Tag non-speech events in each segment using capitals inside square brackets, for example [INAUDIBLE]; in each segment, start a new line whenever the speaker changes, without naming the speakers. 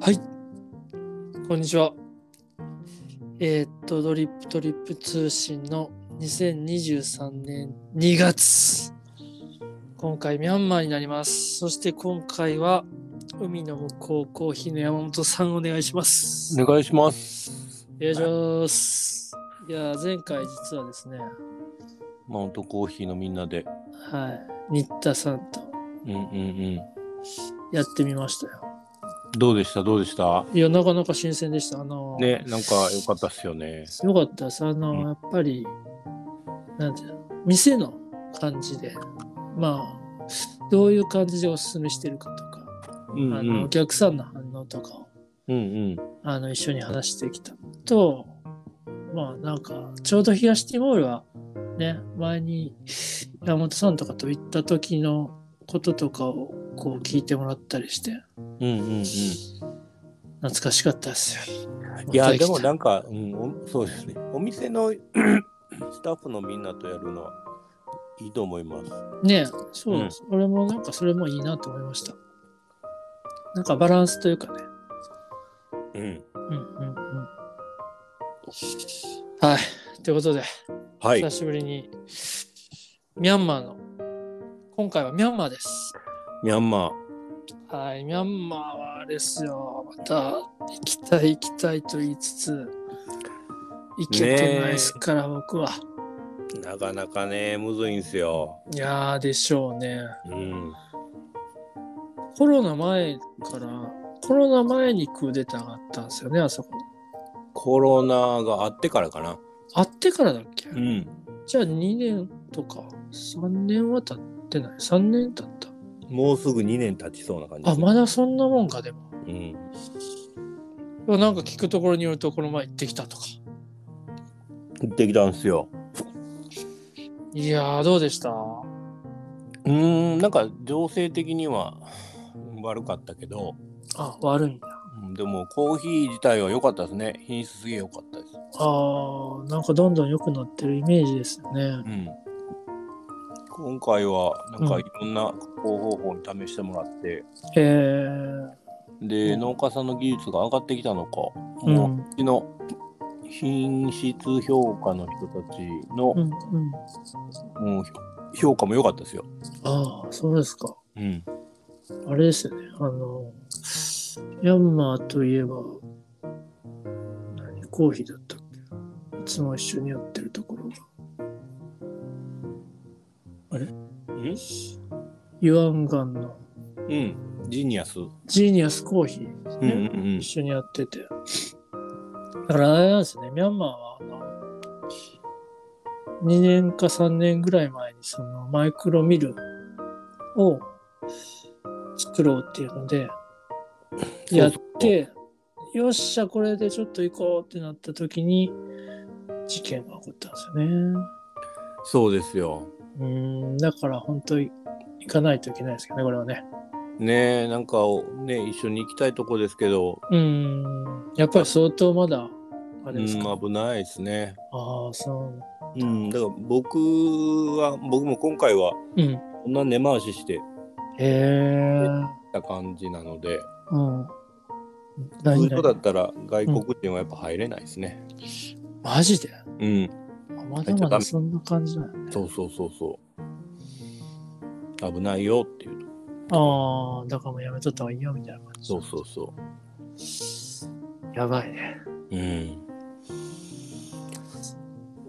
はい。こんにちは。えーっと、ドリップトリップ通信の2023年2月。今回、ミャンマーになります。そして今回は、海の向こうコーヒーの山本さんお願いします。
お願いします。
お願いします。いやー、前回実はですね、
マウントコーヒーのみんなで。
はい、新田さんと
うんうんうん。
やってみましたよ。
どうでしたどうでした
いや、なかなか新鮮でした。あのー
ね、なんか良かったっすよね。
よかったです。あの、
うん
やっぱり、なんていうの、店の感じで、まあ、どういう感じでおすすめしてるかとか、
うんう
あのお
ん。
客さんの反応とかを
うん
あの一緒に話してきたのと、まあなんか、ちょうど東ティモールは、ね、前に山本さんとかと行った時のこととかをこう聞いてもらったりして、
うん。うんうんうん。い
懐かしかったですよ。
や、
また来
で
た
もなんか、うん、おそうですね。お店の [COUGHS] スタッフのみんなとやるのはいいと思います。
ねえそうです、俺もなんかそれもいいなと思いました。なんかバランスというかね。
うん。
うんうんうん。はい。ということで、
はい
久。しぶりに、ミャンマーの、今回はミャンマーです。
ミャンマー。
はい。ミャンマーはあれですよ。また、行きたい行きたいと言いつつ、行けてないですから、僕は。
なかなかね、むずいんすよ。
いやーでしょうね。
うん。
コロナ前から、コロナ前にクーデターがあったんですよね、あそこ。
コロナがあってからかな。
あってからだっけ、
うん。
じゃあ2年とか3年は経ってない3年経った
もうすぐ2年経ちそうな感じ。
あまだそんなもんかでも
うん。
でもなんか聞くところによるとこの前行ってきたとか
行ってきたんすよ。
いやーどうでした
うーんなんか情勢的には悪かったけど
あ悪いんだ
うんでもコーヒー自体は良かったですね品質すげえ良かったです
あーなんかどんどん良くなってるイメージですよね
うん今回はなん
う
か
ん
いろんな加工方法に試してもらって、
えー、
で
うん
農家さんの技術が上がってきたのか
う
もうんうちの品質評価の人たちの
う、んうん
もう評価も良かったですよ、
ああそうですか
うん、
あれですよねあのミャンマーといえば何コーヒーだったっけいつも一緒にやってるところが
うん、
ユアンガンの
ジニアス、
ジーニアスコーヒー
うんうんうん
一緒にやってて。だからあれなんですね、ミャンマーはあの2年か3年ぐらい前にそのマイクロミルを作ろうっていうので
そう
やって、よっしゃ、これでちょっと行こうってなった時に事件が起こったんですよね。
そうですよ
うん、だから本当に行かないといけないですけどね、これはね。
ねえなんかおね一緒に行きたいとこですけど、
うん、やっぱり相当まだ、あ
う
れですか、
ん、危ないですね。
ああ、そう。
うん、だから僕は僕も今回は
うん。へ
こんな根回しして
え。
た感じなので、
うん。
ず
何
っとだ
々
ったら外国人はやっぱ入れないですね。
マジで
うん、
まだまだそんな感じなの
そうそうそうそう。危ないよっていう。
ああ、だからもうやめとった方がいいよみたいな感じ。
そうそうそ
やばいね。
う。うん。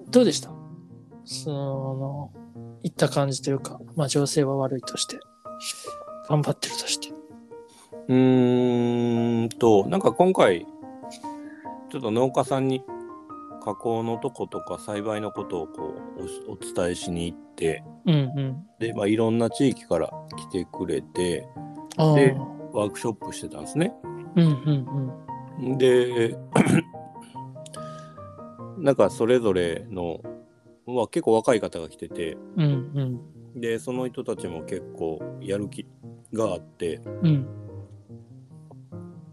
どうでしたその、行った感じというか、まあ情勢は悪いとして、頑張ってるとして。
うーんとなんか今回ちょっと農家さんに加工のとことか栽培のことをこうおしお伝えしに行って。
うんうん。
で、まあ、いろんな地域から来てくれて
ああ。
でワークショップしてたんですね。
うんうん
で [COUGHS] なんかそれぞれの、まあ、結構若い方が来てて
うん。うんうん。
でその人たちも結構やる気があって
うん。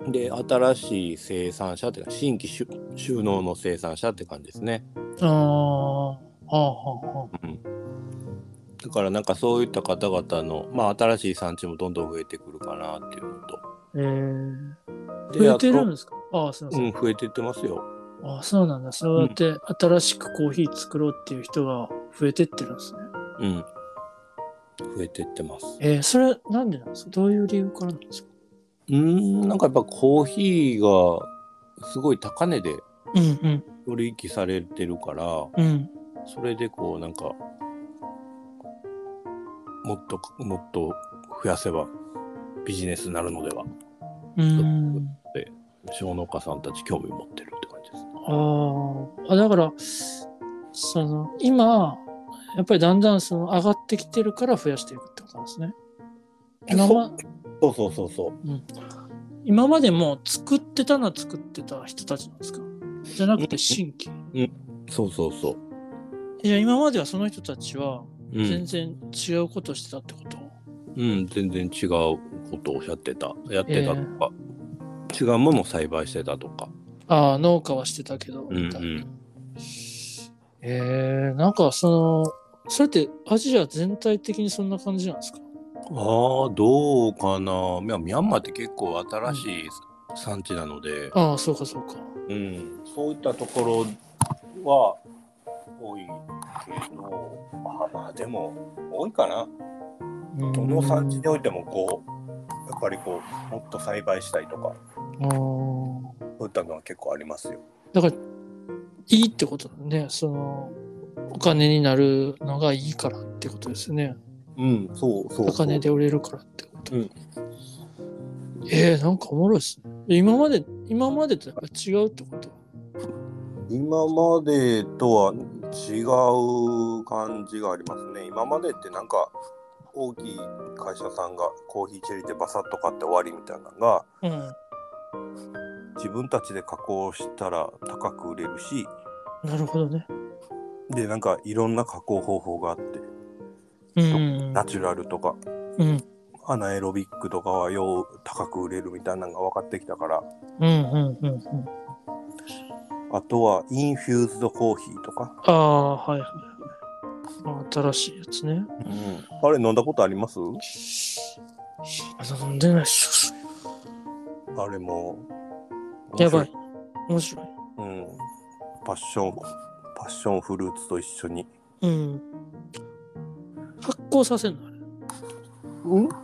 で新しい生産者っていうか新規収収納の生産者って感じですね。
ああ。はあは
だからなんかそういった方々の、まあ、新しい産地もどんどん増えてくるかなっていうのと
あ。ええー。
で
増えてる
あ
ん
と
ですかああ、すみませ。
うんん、増えてってますよ。
ああ、そうなんだ。そうやって新しくコーヒー作ろうっていう人が増えてってるんですね。
うん。増えてってます。
えー、それなんでなんですかどういう理由からなんですか
うーん、なんかやっぱコーヒーがすごい高値で
うんうん
取引されてるから、
うん。
それでこうなんか、もっともっと増やせばビジネスになるのでは、
うん
小農家さんたち興味持ってるって感じです。
ああ、だから、その、今、やっぱりだんだんその上がってきてるから増やしていくってことなんですね。今ま
そうそうそうそう。
今までも作ってたのは作ってた人たちなんですかじゃなくて新規。
そうそうそう。
えじゃあ今まではその人たちは
う
全
ん、
然違うことをしてたってこと、
うん、全然違うことをおっしゃってた。やってたとか、違うものを栽培してたとか。
ああ、農家はしてたけど。
うんうん
みたいなえー、なんかその、それってアジア全体的にそんな感じなんですか
ああ、どうかな。いや、ミャンマーって結構新しい産地なので、
ああ、そうかそうか。
うん、そういったところは多いけど、あまあでも多いかな。
うん
どの産地においてもこう、やっぱりこう、もっと栽培したいとか、
あー
そういったのは結構ありますよ。
だから、いいってことだね。その、お金になるのがいいからってことですよね。
うん、そうそう
お金で売れるからってこと。えー、なんかおもろいっすね。今まで、今までとやっぱ違うってこと
今までとは違う感じがありますね。今までってなんか大きい会社さんがコーヒーチェリーでバサッと買って終わりみたいなのが
うん。
自分たちで加工したら高く売れるし
なるほどね。
でなんかいろんな加工方法があって
うん。
ナチュラルとか
うん。
アナエロビックとかはよう高く売れるみたいなのが分かってきたから
うんうんうんうん。
あとはインフューズドコーヒーとか、
ああ、はいはいはい。新しいやつね。
あれ飲んだことあります
まだ飲んでないっす。
あれも
やばい。面白い。
うん、パッションパッションフルーツと一緒に、
うん。発酵させるのあれ。
うん、
フ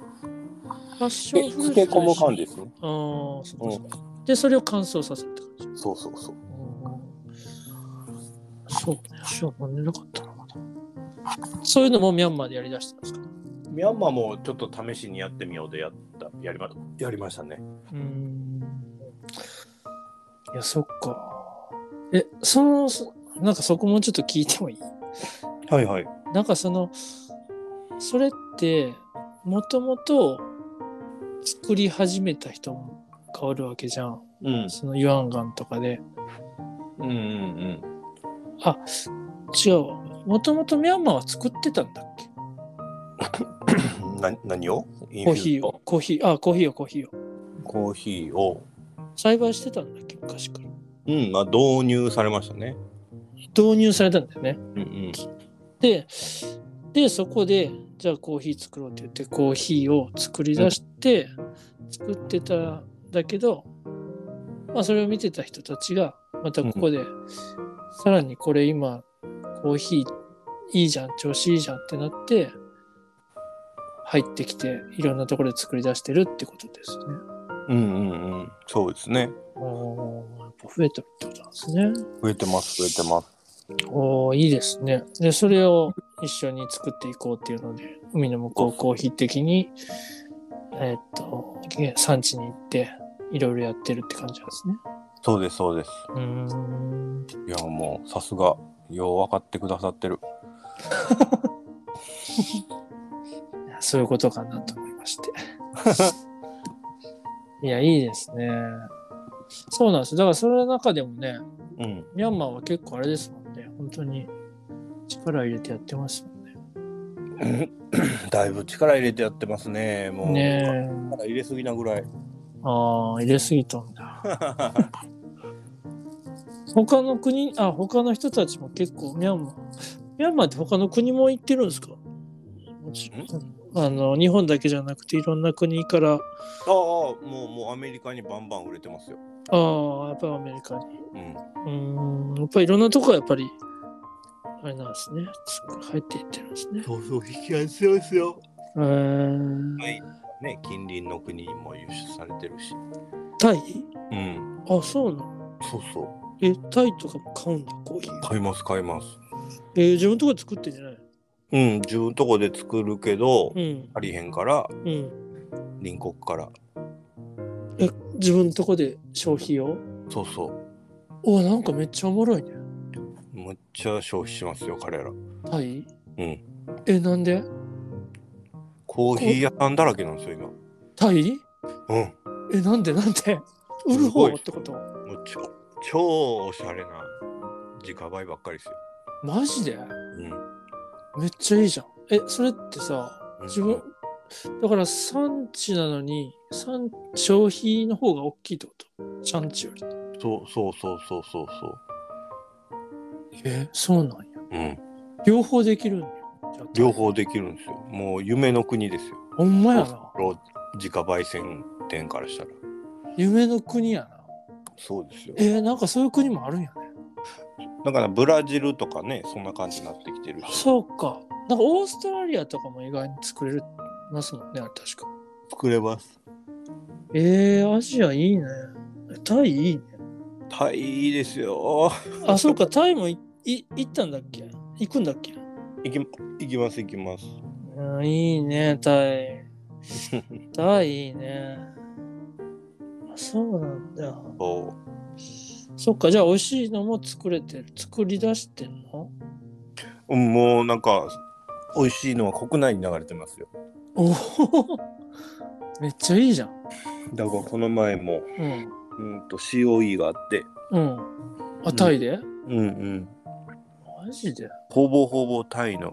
ァッションフルーツ
漬け込む感じですね
ああ、そうかそうかで、それを乾燥させるって感じ。
そうそうそう
そうね。そう、飲んでなかったな。まだそういうのもミャンマーでやりだしたんですか
ミャンマーもちょっと試しにやってみようでやったやりまやりましたね
うーん。いや、そっか。え、その、そなんかそこもちょっと聞いてもいい
はいはい
なんかその、それって、もともと作り始めた人も変わるわけじゃん。
うん
そのユアンガンとかで。
うんうん
違うわ。もともとミャンマーは作ってたんだっけ
うんな何を
コーヒーを。コーヒー、あ、コーヒーをコーヒーを。
コーヒーを
栽培してたんだっけ昔から。
うんまあ導入されましたね
導入されたんだよね。
うんうん
で、で、そこで、じゃあコーヒー作ろうって言って、コーヒーを作り出して、作ってたんだけど、まあそれを見てた人たちが、またここで、さらにこれ今、コーヒーいいじゃん、調子いいじゃんってなって、入ってきて、いろんなところで作り出してるってことですね。
うんうんうんそうですね
おーやっぱ増えてるってことなんですね。
増えてます増えてます
おーいいですね。で、それを一緒に作っていこうっていうので、海の向こうコーヒー的に、えーっと、げ産地に行って、いろいろやってるって感じなんですね。
そうですそうです
うーん。
いやもうさすがよう分かってくださってる
そういうことかなと思いまして。いや、いいですね。そうなんですよだから、それの中でもね、
うん
ミャンマーは結構あれですもんね。本当に力入れてやってますもんね。
だいぶ力入れてやってますねもう
ねえ。
力入れすぎなぐらい
ああ、入れすぎたんだ。他の国、あ、他の人たちも結構、ミャンマー。ミャンマーって他の国も行ってるんですかもちろんあの日本だけじゃなくていろんな国から
ああ、もう、もうアメリカにバンバン売れてますよ。
ああやっぱりアメリカに
うん。
うーんやっぱりいろんなとこやっぱりあれなんですね入っていってるんですね
そうそう、引き合い強いですよ。
えー、
はい。ね、近隣の国にも輸出されてるし。
タイ
うん。
あそうなの
そうそう。
えタイとかも買うんだコーヒー
買います、買います。
えー自分のとこで作ってんじゃない
うん、自分とこで作るけど、
うん
ありへんから、
うん
隣国から。
え自分のとこで消費を
そうそう。
おなんかめっちゃおもろいね
むっちゃ消費しますよ、彼ら。
タイ
うん。
えなんで
コーヒー屋さんだらけなんですよ、今。
タイ
うん。
えなんでなんで売る方ってこと
もう超超おしゃれな自家売ばっかりですよ。
マジで
うん。
めっちゃいいじゃんえそれってさ
うん
自分だから産地なのに産消費の方が大きいってこと産地より
そうそうそうそうそうそう。
えそうなんや
うん。
両方できるんやじゃあ
両方できるんですよ。もう夢の国ですよ。
ほんまやな
ロ自家焙煎店からしたら。
夢の国やな
そうですよ。
えー、なんかそういう国もあるんやね
だからブラジルとかね、そんな感じになってきてるし。
そうかなんかオーストラリアとかも意外に作れるますもんねあれ確か
作れます。
えー、アジアいいねえタイいいね
タイいいですよ。
あそうかタイもいい行ったんだっけ行くんだっけ
行き行きます行きます。
うんいいね、タ [LAUGHS] イ。タイいいね。あそうなんだ。
そ
そっか、じゃあ美味しいのも作れてる。作り出してんの
う。うんもうなんか美味しいのは国内に流れてますよ。
おお [LAUGHS] めっちゃいいじゃん。
だからこの前も
うん。
うんと COE があって。
うん。あ、タイで、
うんうん。
マジで
ほぼほぼタイの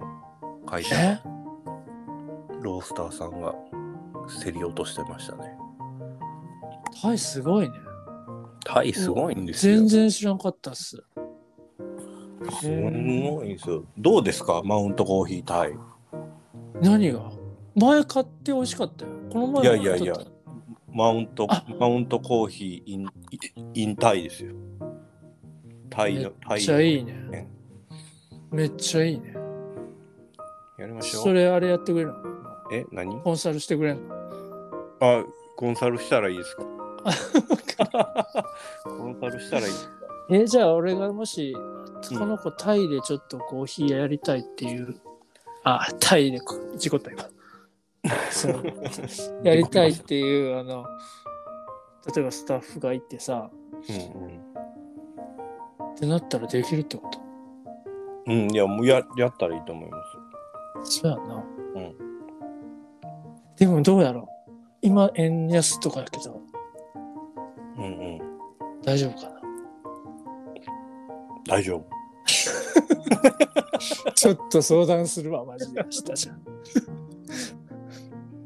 会社
え
ロースターさんが競り落としてましたね。
タイすごいね。
タイすごいんですよ。
全然知らんかったっす。
すごいんですよ。どうですかマウントコーヒータイ。
何が前買って美味しかったよ。この前も
いやいやいや
買っとっ
マウント
あ
マウントコーヒーインインタイですよ。タ
た
イのタ
めっ
イ
ちゃいいね。
ね
めっちゃいいね。
やりましょ。
そうれあれやってくれるの
え何？
コンサルしてくれるの
あコンサルしたらいいですか。 [LAUGHS] コンサルしたらいいですか。
えじゃあ俺がもしこの子タイでちょっとコーヒーやりたいっていう、あタイでこ事故った
[LAUGHS]
今そうやりたいっていうあの例えばスタッフがいてさってなったらできるってこと
うんうん。うんいやもうややったらいいと思います。
そうやな
うん
でもどうやろう今円安とかやけど
うんうん。
大丈夫かな
大丈夫。
[LAUGHS] ちょっと相談するわ、マジで。明日じゃん。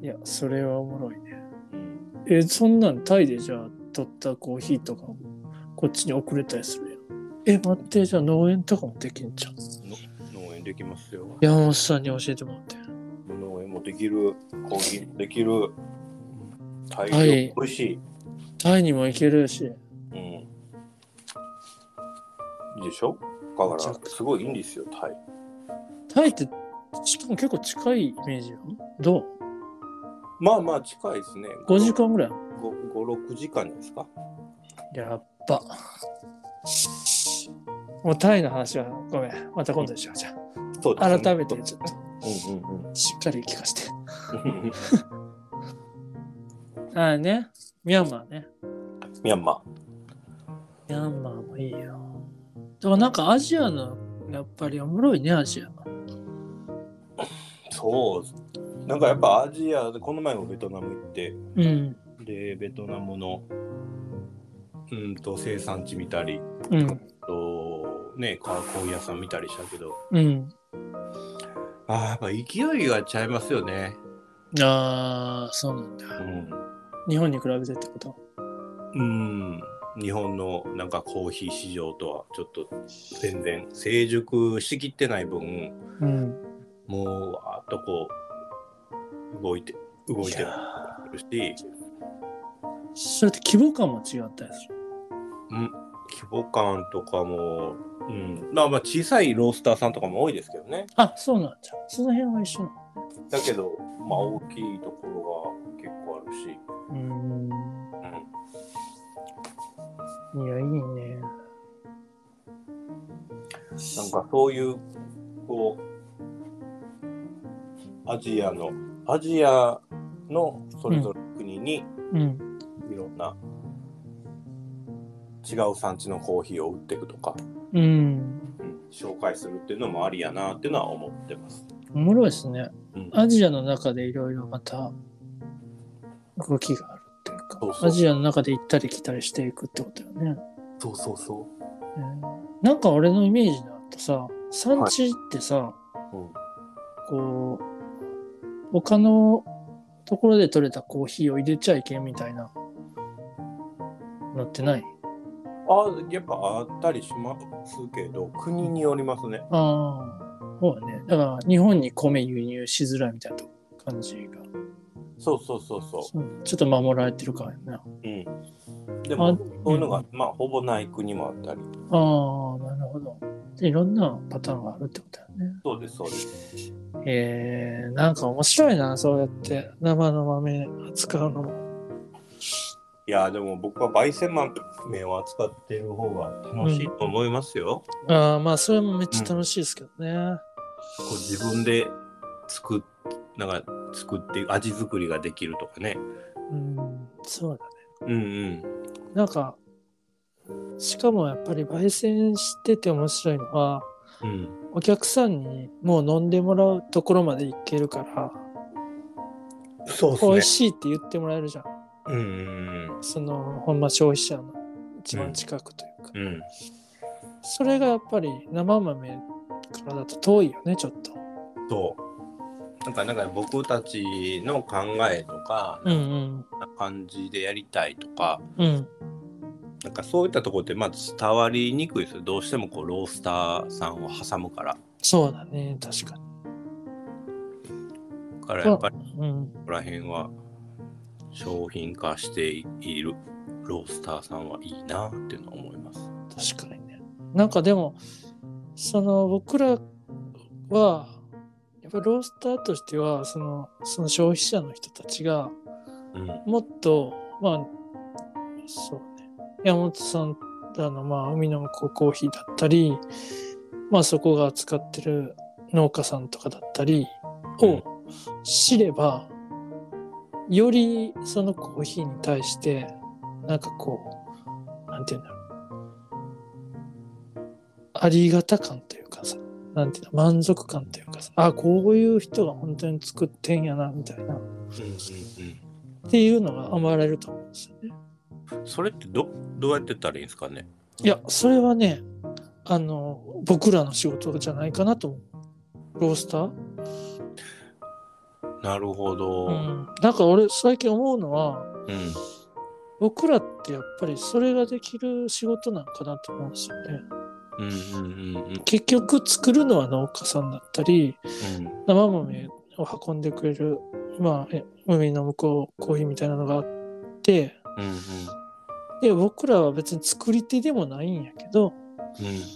いや、それはおもろいね。え、そんなんタイでじゃあ、取ったコーヒーとかも、こっちに送れたりするやん。え、待って、じゃあ農園とかもできんじゃん。
の農園できますよ。
山本さんに教えてもらって。
農園もできる、コーヒーもできる、大
は
量
い
美味しい。
タイにも行けるし。
うん。いいでしょだか
めちゃ
ら
く、ちゃ
すごいいいんですよ、タイ。
タイって、しかも結構近いイメージよ。どう
まあまあ近いですね。
?5 時間ぐらい。
5、6時間ですか
やっば。もうタイの話はごめん。また今度にしよう。じゃ
そうです
あ、
ね
改めてちょっ
うんうん
と、しっかり聞かせて。
うん。
ああね。ミャンマーね。
ミャンマ
ミャンマーもいいよ。でもなんかアジアの、やっぱりおもろいね、アジア。
ー。そう。なんかやっぱアジアで、この前もベトナム行って、
うん。
で、ベトナムの、うんと、生産地見たり、
うん。
と、ね、コーヒー屋さん見たりしたけど、
うん。
ああ、やっぱ勢いがちゃいますよね。
ああ、そうなんだ。日本に比べてってこと
うん。うん。日本のなんかコーヒー市場とはちょっと全然成熟しきってない分、
うん。
もうわーっとこう、動いて動いてるし
それって規模感も違ったりする。
規模感とかも、うん、まあまあ小さいロースターさんとかも多いですけどね
あ、そうなんじゃ。その辺は一緒な
だけどまあ大きいところが結構あるし、
の。う
う
ーん。いや、いいね。
ん、なんかそういうこうアジアのアジアのそれぞれの国に
うん。
いろんな違う産地のコーヒーを売っていくとか、
うん。
うん紹介するっていうのもありやなっていうのは思ってます。
おもろいですね。
うん
アジアの中でいろいろまた動きがあるっていうか
そうそう
アジアの中で行ったり来たりしていくってことよね。
そうそう
う
そ
んなんか俺のイメージだとさ産地ってさ、
う。うん、
こう他のところで取れたコーヒーを入れちゃいけんみたいななってない
あやっぱあったりしますけど国によりますね。
ああそうだねだから日本に米輸入しづらいみたいな感じが
そうそうそうそ
そうちょっと守られてるからやな
う。うん、でも
あ
そういうのが、まあ、ほぼない国もあったり。
ああなるほどでいろんなパターンがあるってことだよね
そうですそうです。
えー、なんか面白いなそうやって生の豆扱うのも
いやでも僕は焙煎豆を扱っている方が楽しいと思いますよ。
ああまあそれもめっちゃ楽しいですけどね、
こう自分で作っなんか作って味作りができるとかね。
うん、そうだね
うんうん。
なんか、しかもやっぱり焙煎してて面白いのは、
うん
お客さんにもう飲んでもらうところまでいけるから、
そ
美
うで
味
す
しいって言ってもらえるじゃん。
ね。うんうん
その、ほんま消費者の一番近くというか。
うん。うん。
それがやっぱり生豆からだと遠いよね、ちょっと。
そう。なんかなんか僕たちの考えとか、
うん
な感じでやりたいとか、
うん。うん。
なんかそういったところってまあ伝わりにくいですよ。どうしてもこうロースターさんを挟むから。
そうだね、確かに。
だからやっぱりこ
うん。
こら辺は商品化しているロースターさんはいいなっていうのは思います。
確かにね。なんかでも、その僕らは、やっぱロースターとしては、その、その消費者の人たちが、
うん。
もっと、まあ、そうね、山本さんあの、まあ、海の向こうコーヒーだったり、まあ、そこが扱ってる農家さんとかだったりを知れば、よりそのコーヒーに対して、なんかこう、なんていうんだろう。ありがた感というかさ、なんていうの、満足感というかさ、あ、こういう人が本当に作ってんやな、みたいな。
うん
っていうのが生まれると思うんですよね。
うんうん。それってどどうやってったらいいんですかね。
いやそれはねあの僕らの仕事じゃないかなと思うロースター、
なるほど。
う
うん。
ん、なんか俺最近思うのは
うん、
僕らってやっぱりそれができる仕事なんかなと思うんですよね。
うんうんうんうん。
結局作るのは農家さんだったり生豆を運んでくれる、まあ、え海の向こうコーヒーみたいなのがあって
うんうん
で僕らは別に作り手でもないんやけど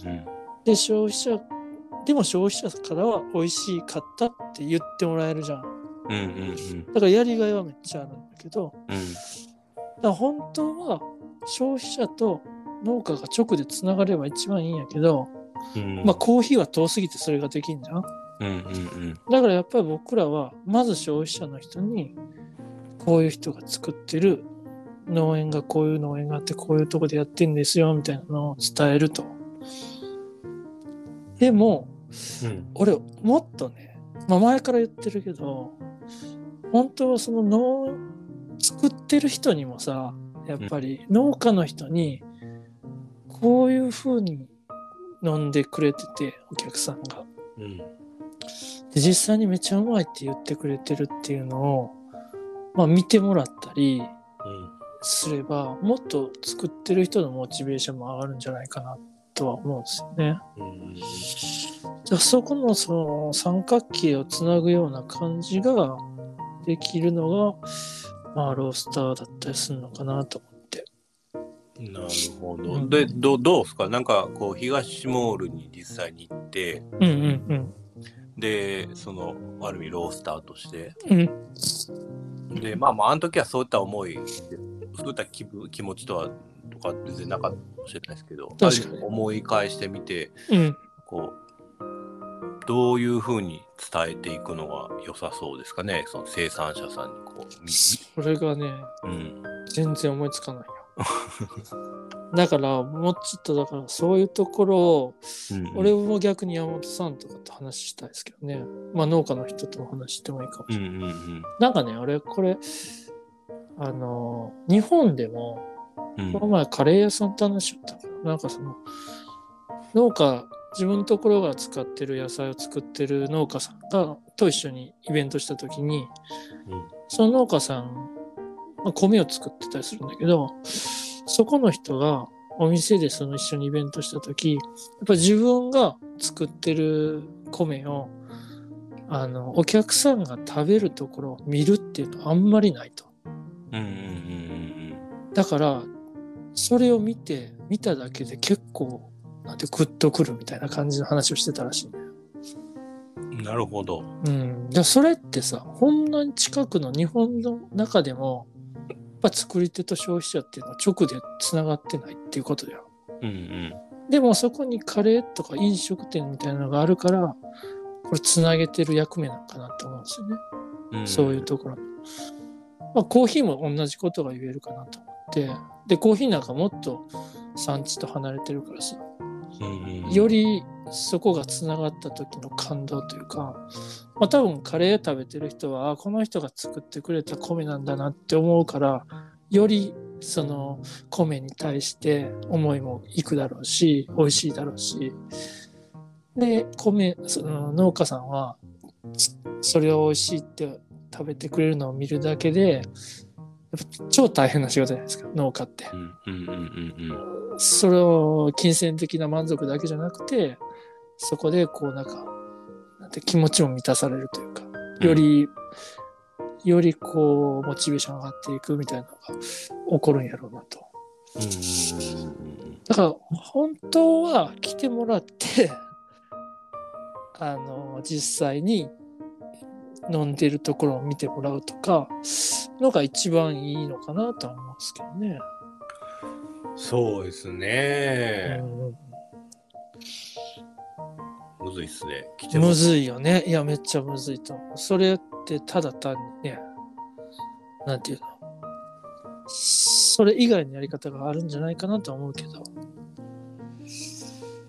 うんうん。
で消費者でも消費者からは美味しかったって言ってもらえるじゃん
うんうんうん
だからやりがいはめっちゃあるんだけど
うん
だから本当は消費者と農家が直でつながれば一番いいんやけど、
うん
まあコーヒーは遠すぎてそれができんじゃん
うんうんうん
だからやっぱり僕らはまず消費者の人にこういう人が作ってる農園がこういう農園があってこういうとこでやってんですよみたいなのを伝えるとでも
うん
俺もっとね、まあ、前から言ってるけど本当はその農作ってる人にもさやっぱり農家の人にこういう風に飲んでくれててお客さんが
うん
で実際にめちゃうまいって言ってくれてるっていうのを、まあ、見てもらったりすればもっと作ってる人のモチベーションも上がるんじゃないかなとは思うんですよね。
うん
じゃあそこのその三角形をつなぐような感じができるのが、まあ、ロースターだったりするのかなと思って。
なるほ
う
ど。
ん
で、どどうですかなんかこう東モールに実際に行って、
うんうん
で、そのある意味ロースターとして、
うん。うん
で、まあまあ、あの時はそういった思い、そういった気分気持ちとはとか全然なかったかもしれないですけど、
確かに
ある意味思い返してみて、
うん。
こう、どういうふうに伝えていくのが良さそうですかね、その生産者さんにこう。み
それがね、
うん、
全然思いつかないよ。 [LAUGHS] だから、もうちょっとだから、そういうところを、
うん
俺も逆に山本さんとかと話したいですけどね。まあ、農家の人とも話してもいいかもしれな
う
い。
んうんうん
なんかね、俺、これ、あの、日本でも、
うん
この前カレー屋さんって話しちゃったかな。なんかその、農家、自分のところが使ってる野菜を作ってる農家さんが、と一緒にイベントした時に、
うん
その農家さん、まあ、米を作ってたりするんだけど、そこの人がお店でその一緒にイベントした時、やっぱ自分が作ってる米を、あの、お客さんが食べるところを見るっていうのはあんまりないと。
うんうんうん
だから、それを見て、見ただけで結構、なんてグッとくるみたいな感じの話をしてたらしい。
うんうんなるほど。
うん。じゃそれってさ、ほんなに近くの日本の中でも、やっぱ作り手と消費者っていうのは直でつながってないっていうことだよ。
うんうん
でもそこにカレーとか飲食店みたいなのがあるから、これつなげてる役目なのかなと思うんですよね。
ん
そういうところ。まあ、コーヒーも同じことが言えるかなと思って。で、コーヒーなんかもっと産地と離れてるからさ、よりそこがつながった時の感動というか、まあ、多分カレー食べてる人は、あこの人が作ってくれた米なんだなって思うから、よりその米に対して思いもいくだろうし、美味しいだろうし。で、米、その農家さんは、それを美味しいって食べてくれるのを見るだけで、やっぱ超大変な仕事じゃないですか、農家って。
うんうんうんうんうん
それを金銭的な満足だけじゃなくてそこでこうなんかなんて気持ちも満たされるというかより、よりこうモチベーション上がっていくみたいなのが起こるんやろうなとだから本当は来てもらってあの実際に飲んでるところを見てもらうとかのが一番いいのかなとは思うんですけどね。
そうですね。
うん
むずいっすね。来ても
むずいよね。いや、めっちゃむずいと思う。それってただ単にね、なんていうの。それ以外のやり方があるんじゃないかなとは思うけど。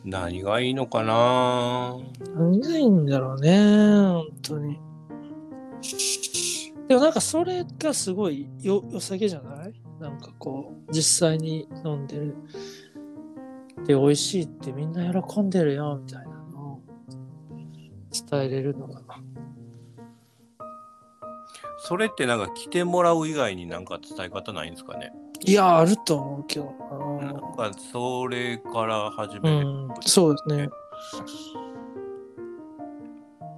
何がいいのかな
何がいいんだろうね、本当に。でもなんかそれがすごいよ良さげじゃないなんかこう、実際に飲んでる。で、美味しいってみんな喜んでるよ、みたいなのを伝えれるのが。
それってなんか来てもらう以外になんか伝え方ないんですかね
いや、あると思うけどな。
なんかそれから始
う
める。
ん、そうですね。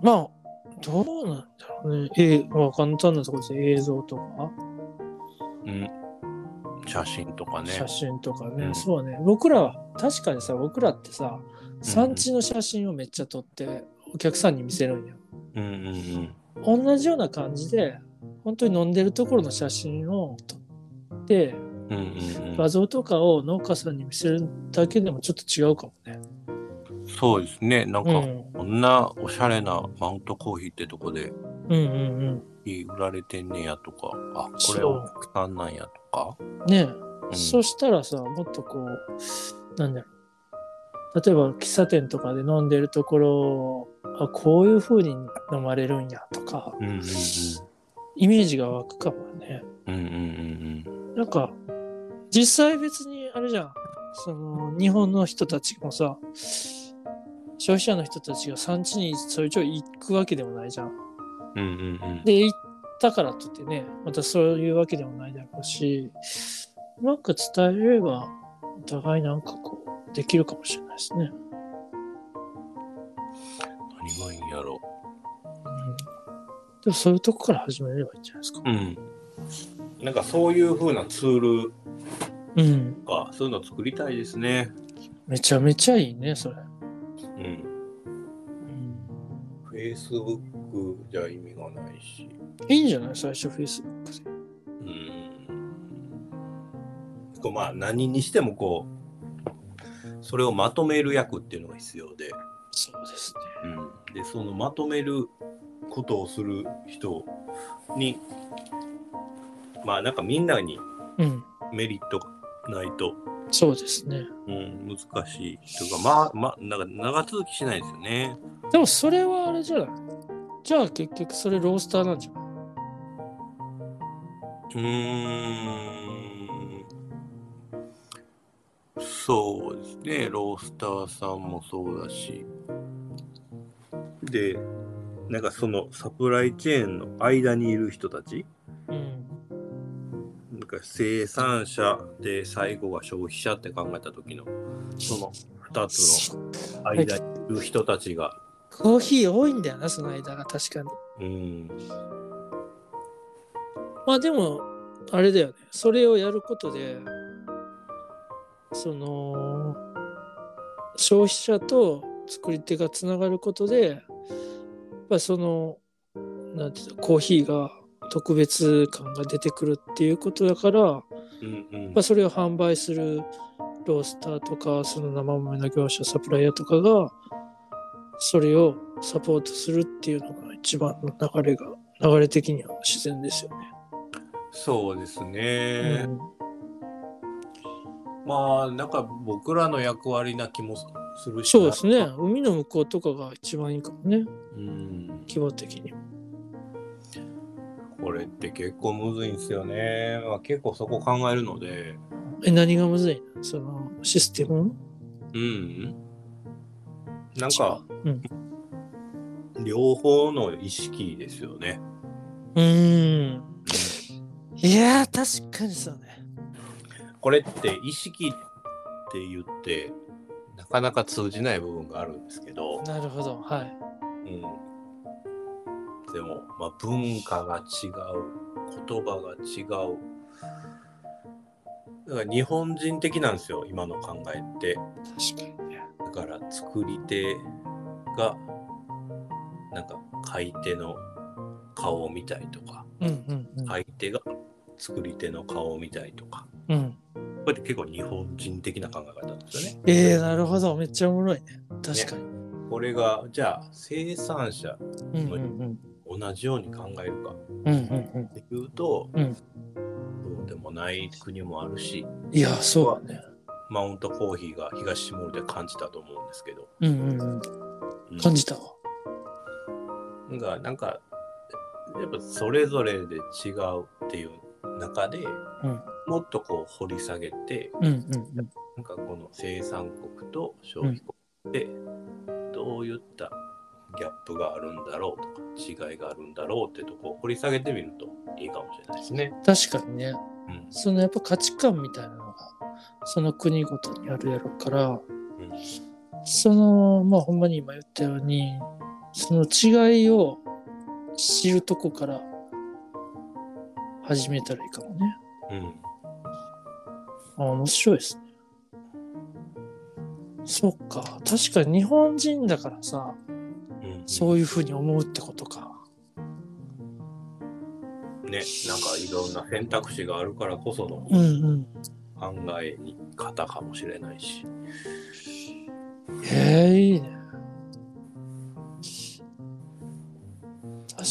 まあ、どうなんだろうね。え、まあ、簡単なところで映像とか、
うん写真とかね。
写真とかね、
うん
そうね。僕らは、確かにさ、僕らってさ、産地の写真をめっちゃ撮って、お客さんに見せるんよ。
うんうんうん
同じような感じで、本当に飲んでるところの写真を撮って、
うんうんう
画像とかを農家さんに見せるだけでもちょっと違うかもね。
ん。そうですね。なん
う
か
ん。
こんなおしゃれなマウントコーヒーってとこで
うんうんうん。
いい売られてんねやとか、あ、これ
そう
お客さんなんやとか。
ねえ。
うん
そしたらさ、もっとこう、なんだろう。例えば喫茶店とかで飲んでるところをあこういう風に飲まれるんやとか
うんうん
イメージが湧くかもね
うんうんうんうん
なんか実際別にあれじゃんその日本の人たちもさ消費者の人たちが産地にそれちょい行くわけでもないじゃん
うんうんうんうん
で行ったからといってねまたそういうわけでもないだろうしうまく伝えればお互いなんかこうできるかもしれないですね。
何がいいんや
う
ろ
んでもそういうとこから始めればいいんじゃないですか。
うん。なんかそういう風なツール
うん。
とか、そういうの作りたいですね。
めちゃめちゃいいね、それ。
うん。
うん、
Facebook じゃ意味がないし。
いいんじゃない最初、フェイスブックで。
うん。こうまあ何にしてもこう、それをまとめる役っていうのが必要で。
そうですね。
うん、でそのまとめることをする人にまあなんかみんなに
うん。
メリットがないと、
そうですね。
うん、難しいというかまあまあなんか長続きしないですよね。
でもそれはあれじゃないじゃあ結局それロースターなんじゃないう
ーんそうですねロースターさんもそうだしでなんかそのサプライチェーンの間にいる人たち
うん。
なんか生産者で最後が消費者って考えた時のその2つの間にいる人たちが、
コーヒー多いんだよな、その間が確かに。
うん、
まあでも、あれだよね。それをやることで、その、消費者と作り手がつながることで、やっぱその、なんていうの、コーヒーが特別感が出てくるっていうことだから、
うんうん
まあ、それを販売するロースターとかその生豆の業者サプライヤーとかがそれをサポートするっていうのが一番の流れが流れ的には自然ですよね。
そうですね、まあなんか僕らの役割な気もするし
そうですね
な、
海の向こうとかが一番いいかもね
うん、
規模的にも
これって結構むずいんですよね、まあ、結構そこ考えるので
え何がむずいのそのシステム
うんなんか、
うん
両方の意識ですよね
うーんいやー確かにそうね
これって意識って言ってなかなか通じない部分があるんですけど、
なるほどはい
うん、でも、まあ、文化が違う言葉が違うだから日本人的なんですよ今の考えって
確かにね
だから作り手がなんか買い手の顔を見たいとか
うんうんうん、
買い手が作り手の顔を見たいとか
うん、
これって結構日本人的な考え方なんですよね。
えー、なるほどめっちゃおもろいね確かに、
これがじゃあ生産者
うんうんうん
同じように考えるか
うんうん
っていうと、
うん
そうでもない国もあるし
うんいやそうだね
マウントコーヒーが東シモールで感じたと思うんですけど、
うんうんうん
うん
感じたわ
がなんかやっぱそれぞれで違うっていう中で
うん
もっとこう掘り下げて
うんうん
なんかこの生産国と消費国でどういったギャップがあるんだろうとか違いがあるんだろうってとこを掘り下げてみるといいかもしれないですね。
確かにね
うん
そのやっぱ価値観みたいなのがその国ごとにあるやろから、
ん
そのまあほんまに今言ったようにその違いを知るとこから始めたらいいかもね
うん
あ面白いですねそっか確かに日本人だからさ、
うん
そういうふうに思うってことか。
ね、なんかいろんな選択肢があるからこその
うんうん。
考えに方かもしれないし。
へえ、いいね。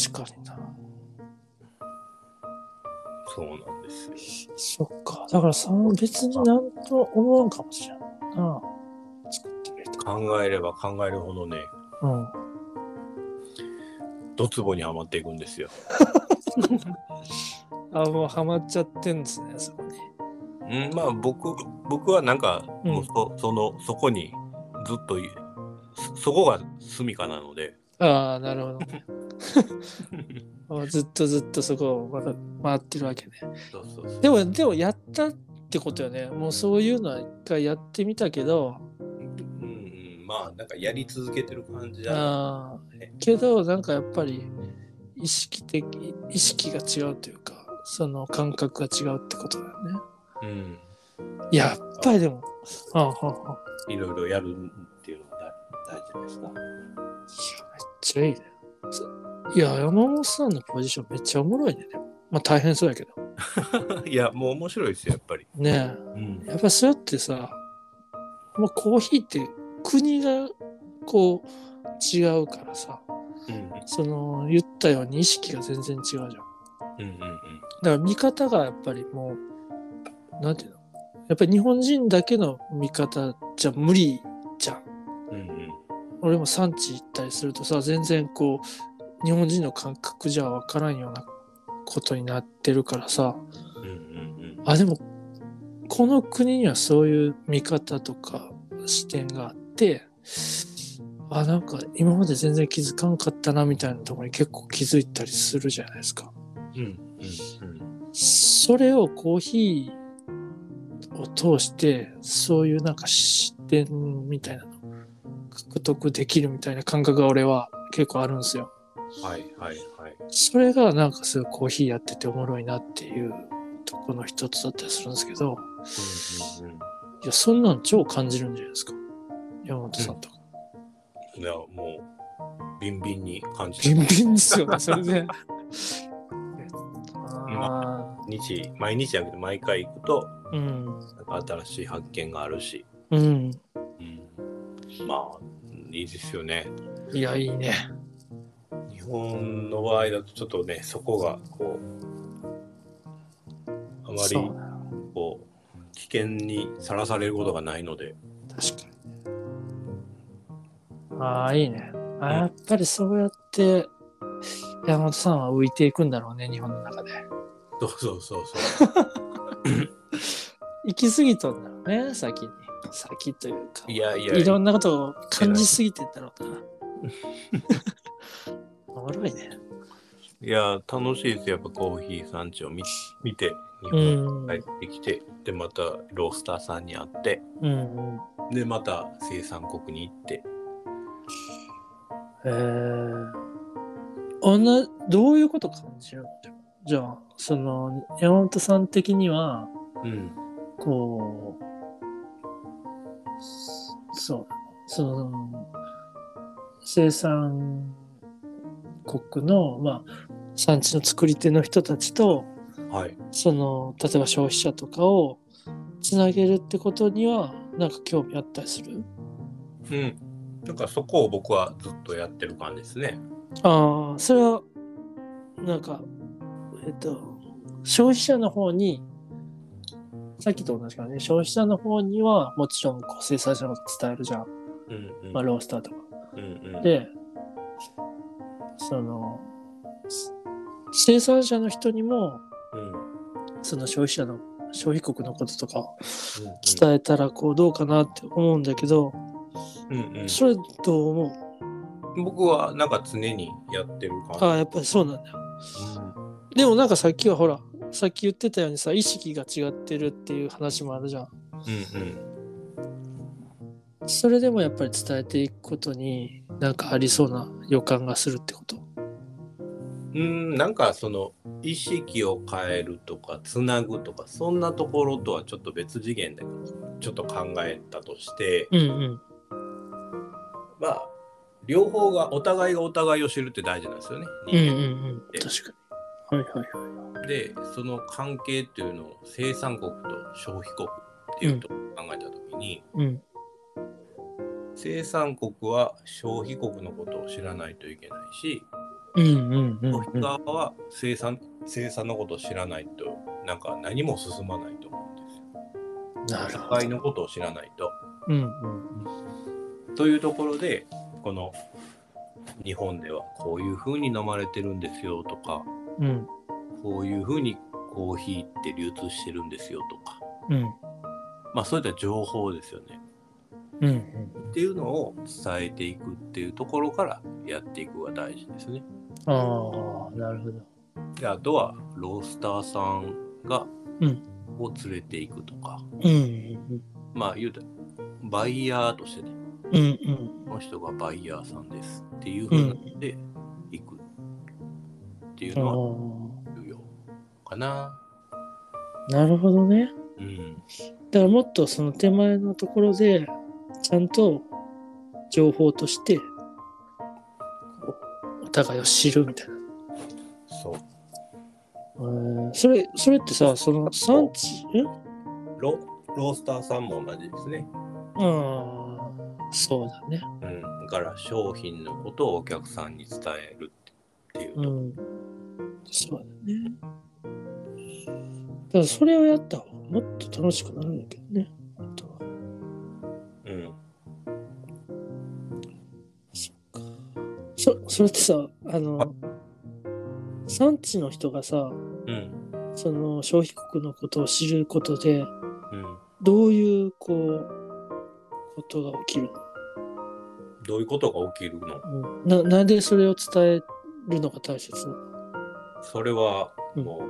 確かにな。
そうなんですよ。
そっか。だからさ、別になんとも思わんかもしれんな。作ってくれた。
考えれば考えるほどね、
うん。
ドツボにはまっていくんですよ。
あ、もうハマっちゃってんですね、そこに。
うん、まあ僕僕はなんか、
うん
もうそそのそこにずっといそそこが住処なので、
ああ、なるほ [LAUGHS] どね。あずっとずっとそこをまた回ってるわけね。
そうそうそう
でも、でもやったってことよね。もうそういうのは一回やってみたけど、
うんうん、まあなんかやり続けてる感じだ。
ああけどなんかやっぱり意識的意識が違うというかその感覚が違うってことだよね
うん。
やっぱりでもああはあはあ
いろいろやるっていうのが大大事ですか。
いやめっちゃいいねそいや山本さんのポジションめっちゃおもろいねでもまあ大変そうやけど
[LAUGHS] いや、もう面白いですよ、やっぱり。
ね
うん
え。やっぱそうやってさまあコーヒーって国がこう違うからさ
うん。
その言ったように意識が全然違うじゃん
うん。うん。
だから見方がやっぱりもう、なんていうのやっぱり日本人だけの見方じゃ無理じゃん。
うん。うん。
俺も産地行ったりするとさ、全然こう、日本人の感覚じゃわからんようなことになってるからさ、
うん。うん。
あ、でも、この国にはそういう見方とか視点があって、あ、なんか今まで全然気づかんかったなみたいなところに結構気づいたりするじゃないですか。
うん。うん。
それをコーヒーを通して、そういうなんか視点みたいなの、獲得できるみたいな感覚が俺は結構あるんですよ。
はい。はい。はい。
それがなんかすごいコーヒーやってておもろいなっていうとこの一つだったりするんですけど、
うん。うん。
いや、そんなん超感じるんじゃないですか。山本さんとか。
いや、もう、ビンビンに感じ
ビ
てま
ンビ
す
ンですよね、それで。あ
日、毎日やけど、毎回行くと、
ーうん。
なんか新しい発見があるし、
うん。
うん、まあ、いいですよね。
いや、いいね。
日本の場合だと、ちょっとね、そこが、こう、あま
そう
り、こう、危険にさらされることがないので、
確かに。ああ、いいね。あやっぱりそうやって、山本さんは浮いていくんだろうね、日本の中で。
そうそうそうそう。
行き過ぎとんだろうね、先に。先というか。
いやいや、
いろんなことを感じすぎてんだろ [LAUGHS] うな。おもろいね。
いや、楽しいですよ。やっぱコーヒー産地を見見て、日
う
本
ん。
に帰ってきて、で、またロースターさんに会って、
うん。
で、また生産国に行って。
えー、あんな、どういうこと感じるのじゃあ、その、山本さん的には、
うん。
こう、そそう、その、生産国の、まあ、産地の作り手の人たちと、
はい。
その、例えば消費者とかをつなげるってことには、なんか興味あったりする
うん。なんかそこを僕はずっとやってる感じですね。
ああ、それは、なんか、えっと、消費者の方に、さっきと同じかね、消費者の方にはもちろんこう生産者のこと伝えるじゃん。
うんうん。
まあ、ロースターとか。
うんうん、
で、その、す生産者の人にも、
うんうん
その消費者の、消費国のこととかを
え。
伝えたら、こう、どうかなって思うんだけど、
うんうん
それどう思
僕はなんか常にやってる
うあ
感
あ、やっぱりそうなんだよ。でもなんかさっきはほら、さっき言ってたようにさ、意識が違ってるっていう話もあるじゃん。
じ。うんうん。
それでもやっぱり伝えていくことになんかありそうな予感がするってこと。
うん、なんかその意識を変えるとかつなぐとかそんなところとはちょっと別次元でちょっと考えたとして
うんうん。
まあ両方がお互いがお互いを知るって大事なんですよね。
うん
人
うん
間
うん。確かに。はいはいはい。
でその関係っていうのを生産国と消費国っていうところを考えた時に、
うん。
生産国は消費国のことを知らないといけないし
うんうんうん、
消
う
費
ん。
側は生産生産のことを知らないとなんか何も進まないと思うんですよ。
なる
社
ほ
会
ど。
のことを知らないと。
うんうん
というところでこの日本ではこういうふうに飲まれてるんですよとか
うん
こういうふうにコーヒーって流通してるんですよとか
うん
まあそういった情報ですよね。
うんうん。
っていうのを伝えていくっていうところからやっていくが大事ですね。
ああ、なるほど。
であとはロースターさんが、
うん
を連れていくとか
うんうん
まあ言うたらバイヤーとしてね
うんうん
この人がバイヤーさんですっていうふうなので行く、っていう
あ
のは
ー
重要かな。
なるほどね。
うん。
だからもっとその手前のところで、ちゃんと情報として、こうお互いを知るみたいな。
そう。
えーそれ、それってさ、その産地、ん
ロロースターさんも同じですね。
ああ、そうだね。
うん。だから商品のことをお客さんに伝えるっていう。
うん。そうだね。だからそれをやった方がもっと楽しくなるんだけどね。本当は。
うん。
そっか。そ、それってさ、あの、産地の人がさ、
うん。
その消費国のことを知ることで、
うん。
どういう、こう、ことが起きる
どういうことが起きるの
の、うん、な、なんでそれを伝えるのが大切なの
それはも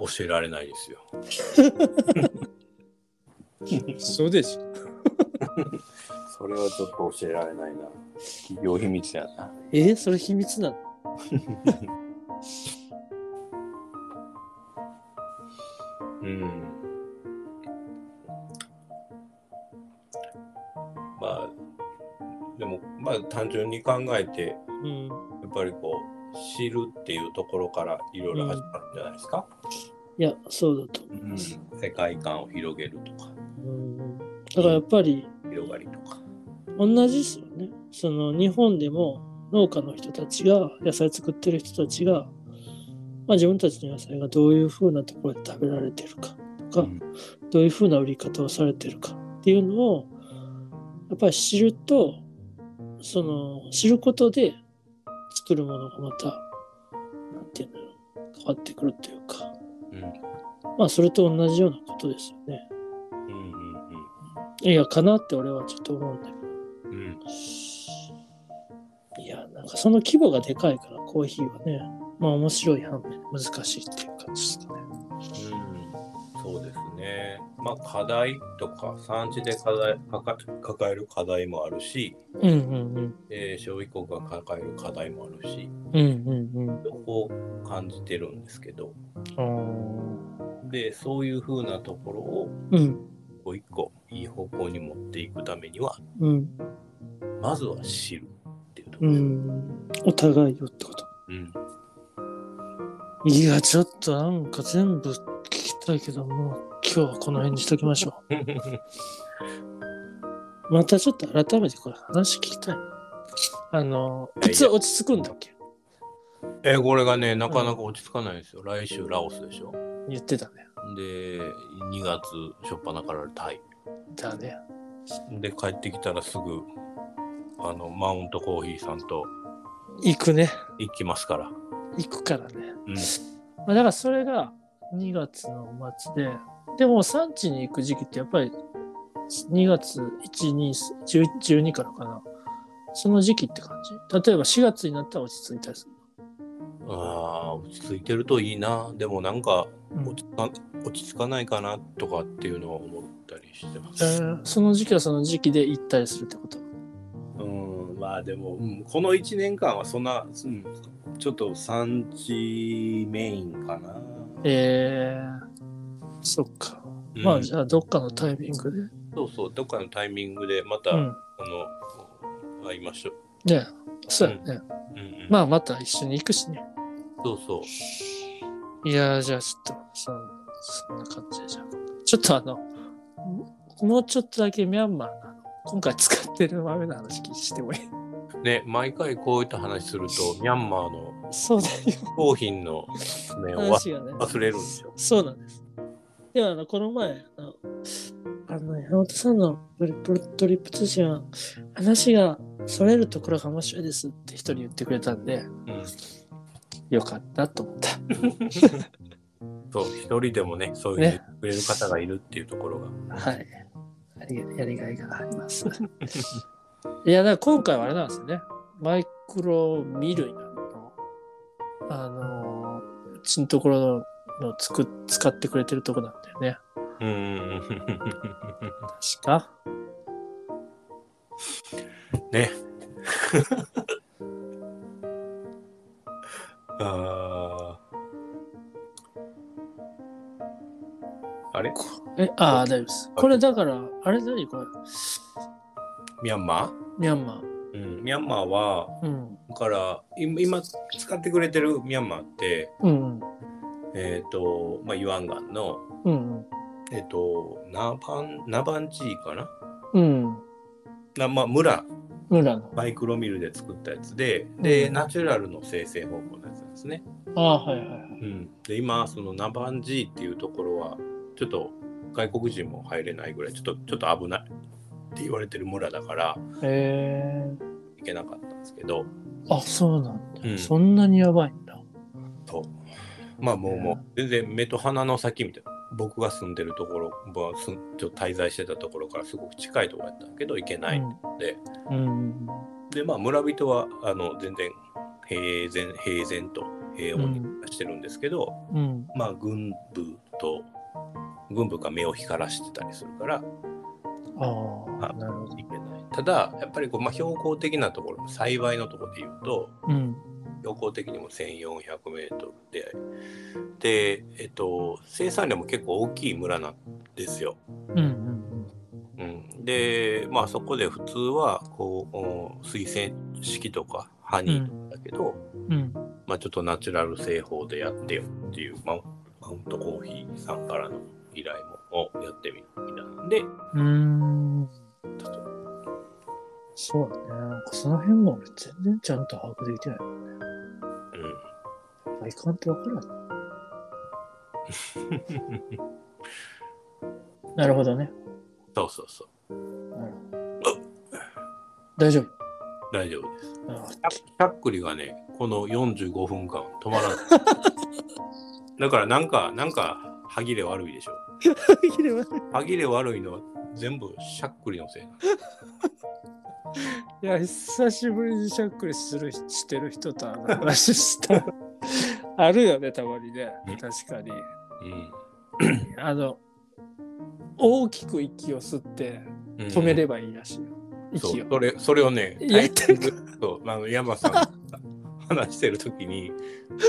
う教えられないですよ。
そうです。
それはちょっと教えられないな。企業秘密やな。
えーそれ秘密なの
うん。まあ、でも、まあ単純に考えて、や
うん。
っぱりこう、知るっていうところからいろいろ始まるんじゃないですか。
いや、そうだと思います。
うん、世界観を広げるとか、
うんだからやっぱり
広がりとか。
同じですよね。その日本でも農家の人たちが野菜作ってる人たちが、まあ、自分たちの野菜がどういうふうなところで食べられてるかとか、
うん
どういうふうな売り方をされてるかっていうのをやっぱり知るとその知ることで作るものがまたなんていうんだろう変わってくるというかまあそれと同じようなことですよね。
うんうん
いやかなって俺はちょっと思うんだけど。
うんうん
いや、なんかその規模がでかいから、コーヒーはね、まあ面白い反面、難しいっていう感じですかね。
うんそうですね。まあ課題とか産地で課題抱え抱える課題もあるし、
うんうん
えー消費国が抱える課題もあるし、
うん。うんうんうん。
そこを感じてるんですけど、
あ
でそういう風なところを
ーうん
一個一個いい方向に持っていくためには、
うん
まずは知るっていうとこ
う
ろ。
ん。お互いよってこと。
うん
いや、ちょっとなんか全部聞きたいけど、もう今日はこの辺にしときましょ [LAUGHS] う。またちょっと改めてこれ話聞きたい。あの、いつ落ち着くんだっけ
えーこれがねなかなか落ち着かないんですよ。来週ラオスでしょ。
言ってたね。
で2月初っ端からタイ。
だね。
で帰ってきたらすぐあのマウントコーヒーさんと
行くね。
行きますから。
行くからね。
うん
まあ、だからそれが2月の末で、でも産地に行く時期ってやっぱり2月1、2、10 12からかな。その時期って感じ。例えば4月になったら落ち着いたりす
あー落ち着いてるといいなでもなんか
る。
落ち着か落ち着かないかなとかっていうのは思ったりしてま
え
す。
ーその時期はその時期で行ったりするってこと。
うんまあでも、うんこの1年間はそんな、うんちょっと産地メインかな。
えー、そっか。
うん
まあじゃあどっかのタイミングで。
そうそうどっかのタイミングでまた、
うん。
あの会いましょう。
ねそうやね。
うんうん
まあまた一緒に行くしね。
そうそう。
いやー、じゃあちょっと、そんそんな感じでじゃあちょっとあの、ももうちょっとだけミャンマーのあの今回使ってる豆の話してもいい
ね、毎回こういった話すると、ミャンマーの
そうだ
商品の目を
よ、話がね。
忘れるんですよ。
そうなんです。では、あの、この前、あの、あの山本さんのトリプトリップ通信は、話がそれるところが面白いですって一人言ってくれたんで、
うん、
よかったと思った。
そう、一人でもね、そういうふうに言ってくれる方がいるっていうところが。
はい。やりやりがいがあり [LAUGHS] ます。いや、だから今回はあれなんですよね。マイクロミルイなの。あのー、うちのところののつく使ってくれてるとこなんだよね。
うんうん [LAUGHS]
確か。
うん。ね。ああれ
え、ああ、大丈夫です。これだから、あれ何これ。
ミャンマ
ミャンマー。
ー、うん、ミャンマーは
うん。
だから今今使ってくれてるミャンマーって
うん。
えっ、とまあユアンガンの
うん。
えっ、とナバンナバン地域かな
うん。
なまあ村
村の。
マイクロミルで作ったやつでで、
うん
ナチュラルの生成方法のやつなんですね。
ああ、はいはいはい。
うん、で今そのナバン G っていうところはちょっと外国人も入れないぐらいちょっとちょっと危ないって言われてる村だから
え
行けなかったんですけど、
ー。あ、そうなんだ。
うん
そんなにやばいんだ。
まあもうもう全然目と鼻の先みたいな僕が住んでるところ、まあ、すんちょっと滞在してたところからすごく近いところやったけど行けない、で
うん。
でまあ村人はあの全然平然平然と平穏に暮らしてるんですけど、
うん。うん。
まあ軍部と軍部が目を光らしてたりするから
ああ、なるほど。
いけないただやっぱりこう、まあ、標高的なところ栽培のところで言うと
うん。
標高的にも 1400m でで、えっと、生産量も結構大きい村なんですよ。
うん。うん。
うん、でまあそこで普通はこうお水洗式とかハニーだけど、
うん。
まあ、ちょっとナチュラル製法でやってよっていうマウンマウントコーヒーさんからの依頼もをやってみるみたいなんで
うん。そうだね。なんかその辺も俺全然ちゃんと把握できてない。
うん
外観ってわ
[LAUGHS]
からん。なるほどね。
そうそうそう
なるほど大丈夫。
大丈夫です。
なるほど
しゃっくりがね、この45分間止まら [LAUGHS] ない。だからなんか、なんか歯切れ悪いでしょ。歯切れ悪いのは全部しゃっくりのせいなの。
いや、久しぶりにしゃっくりするしてる人とあの話した。 [LAUGHS] あるよね、たまにね
うん。
確かに。
うん。
あの、大きく息を吸って
うん
止めればいいらしいよ。
そ
息
う
を。
それそれをね、
やってる
そうあの山さんが話してるときに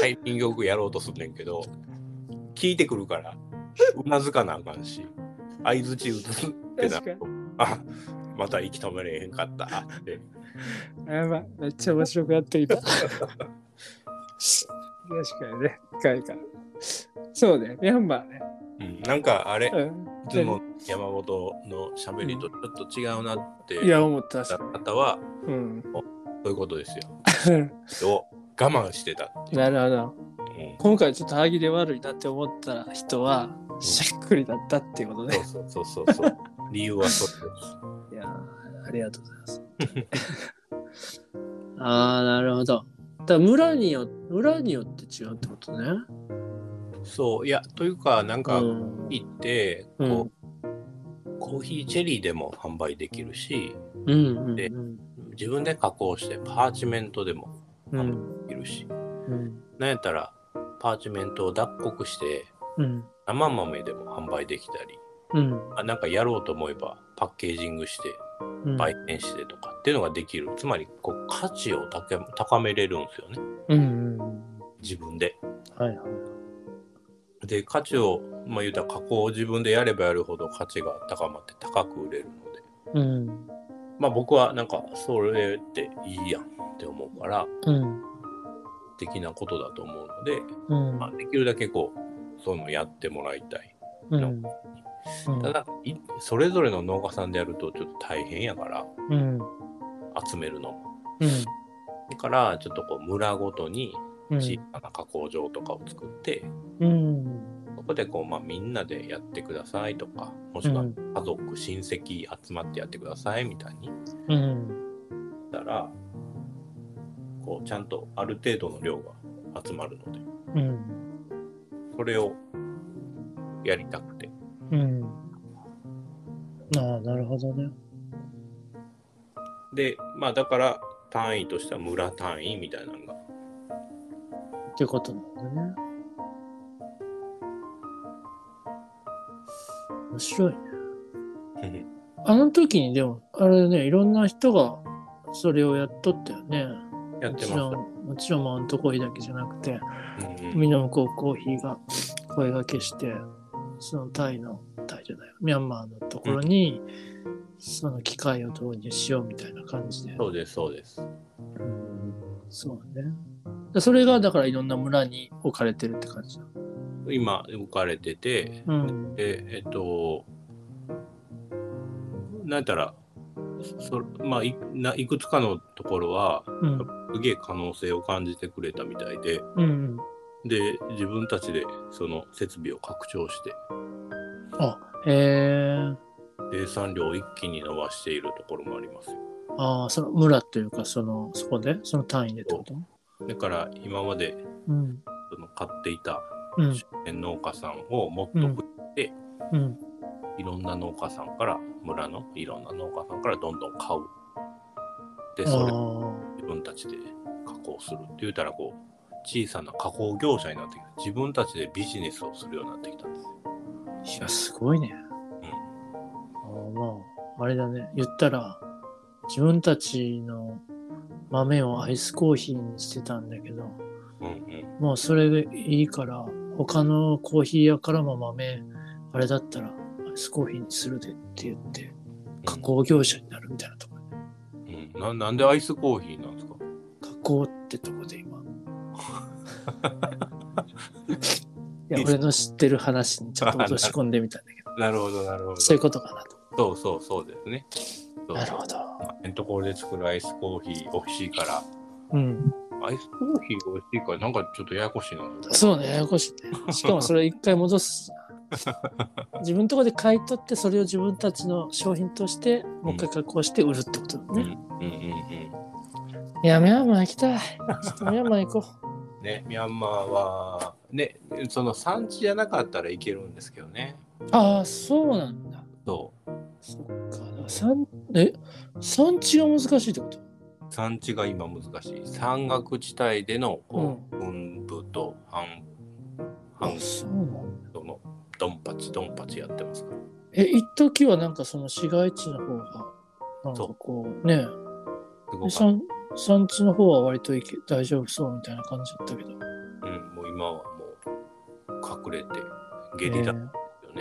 タイミングよくやろうとすんねんけど、聞いてくるから、うなずかなあかんし、相づち打つってなると、あまた息止めれへんかったって。
やばい、めっちゃ面白くなって今。確かにね、外観。そうね、ミャンマーね。
うん、なんかあれ、
うん
いつも山本の喋りとちょっと違うなって
いや、思った、
だっ
確か
た方は
に。うん。 [LAUGHS]
そういうことですよ。を我慢してたっていう。
なるほど。
うん
今回ちょっと歯切れ悪いなって思った人は、しゃっくりだったっていうことね。
そうそうそうそ
[LAUGHS]
うそう。理由はそう
いやーありがとうございます。 [LAUGHS] ああ、なるほど。だから村によ村によって違うってことね。
です。そういやというかなんか
うん。
行って、
うん
こうコーヒーチェリーでも販売できるし
うんうん
で自分で加工してパーチメントでも
うん。うん
できるし
うん
なんやったらパーチメントを脱穀して
うん
生豆でも販売できたり
うん
あなんかやろうと思えばパッケージングして
うん
売店してとかっていうのができる、つまりこう価値を高め高めれるんですよね
うんうんうん
自分で。
はいはい
で価値を、まあ、言うたら加工を自分でやればやるほど価値が高まって高く売れるので
うん
まあ僕はなんかそれっていいやんって思うから
うん
的なことだと思うので、
うん
まあ、できるだけこうそういうのやってもらいたい。
うん
ただいそれぞれの農家さんでやるとちょっと大変やから
うん
集めるのも。
うん
だからちょっとこう村ごとに
うん
小さな加工場とかを作って、
うん
そこでこう、まあ、みんなでやってくださいとか、もしくは
うん
家族、親戚集まってやってくださいみたいに言
うん
ったら、こうちゃんとある程度の量が集まるので、
うん
それをやりたくて。
うんああなるほどね
で、まあだから単位としては村単位みたいなのが、 [LAUGHS]
ってことなんだね面白いねあの時にでもあれねいろんな人がそれをやっとったよね
やっ
も
て
ちろん
ま
もちろんマウントコーヒーだけじゃなくて
す。うんうん
海の向こうコーヒーが声がけしてそのタイの、タイじゃない、ミャンマーのところに、その機械を導入しようみたいな感じで。
そうです、そうです。
そうね。でそれがだからいろんな村に置かれてるって感じだ。
今、置かれてて、
うん。
でえっと、なんやったら、そまあいないくつかのところは、
うん。
すげえ可能性を感じてくれたみたいで、
うん。
で、自分たちでその設備を拡張して、
あ、へえ。
生産量を一気に伸ばしているところもありますよ。
ああ、その村というか、その、そこで、その単位でってこと
だから、今まで
うん。
その買っていた
うん。
農家さんをもっと増えて、
うん。
いろんな農家さんから、村のいろんな農家さんからどんどん買う。で、
あ
それを
あ。
自分たちで加工するって言うたら、こう、小さな加工業者になってきた。自分たちでビジネスをするようになってきたんですよ。
いや、すごいね。あーまあ、あれだね。言ったら、自分たちの豆をアイスコーヒーにしてたんだけど、
うん、うん、
もうそれでいいから、他のコーヒー屋からも豆、あれだったら、アイスコーヒーにするでって言って、
うん。
加工業者になるみたいなところ。
うん、ななんでアイスコーヒーなんですか
加工ってとこで [LAUGHS] 今。いや
いいです
俺の知ってる話にちょっと落とし込んで [LAUGHS] みたんだけど、
なるほど、なるほど。
そういうことかなと。
そうそうそうですね。そう
なるほど。
えんところで作るアイスコーヒー美味しいから。
うん。
アイスコーヒーが美味しいから、なんかちょっとややこしいな。
そうね、ややこし [LAUGHS] いね。しかもそれ一回戻 [LAUGHS] すしな。自分のところで買い取って、それを自分たちの商品として、もう一回加工して売るってことだ
[LAUGHS] うん、う
ね。
ん、うん、
いや、ミャンマー行きたい。ちょっとミャンマー行こ [LAUGHS]
うん。ね、ミャンマーは、ね、その産地じゃなかったらいけるんですけどね。
う。ああ、そうなんだ。
そ
そっか。産え産地が難しいってこと
う。産地が今難しい。山岳地帯での、こう、分布と半、
あ
半、
そうなんだ。
その、ドンパチドンパチやってますから。
え、一時はなんかその市街地の方が、なんかこう、ね
す
え、
ご
で
かっ
産産地の方は割といけ大丈夫そうみたいな感じだったけど。
た。うん、もう今はもう、隠れて、ゲリラ
ね
で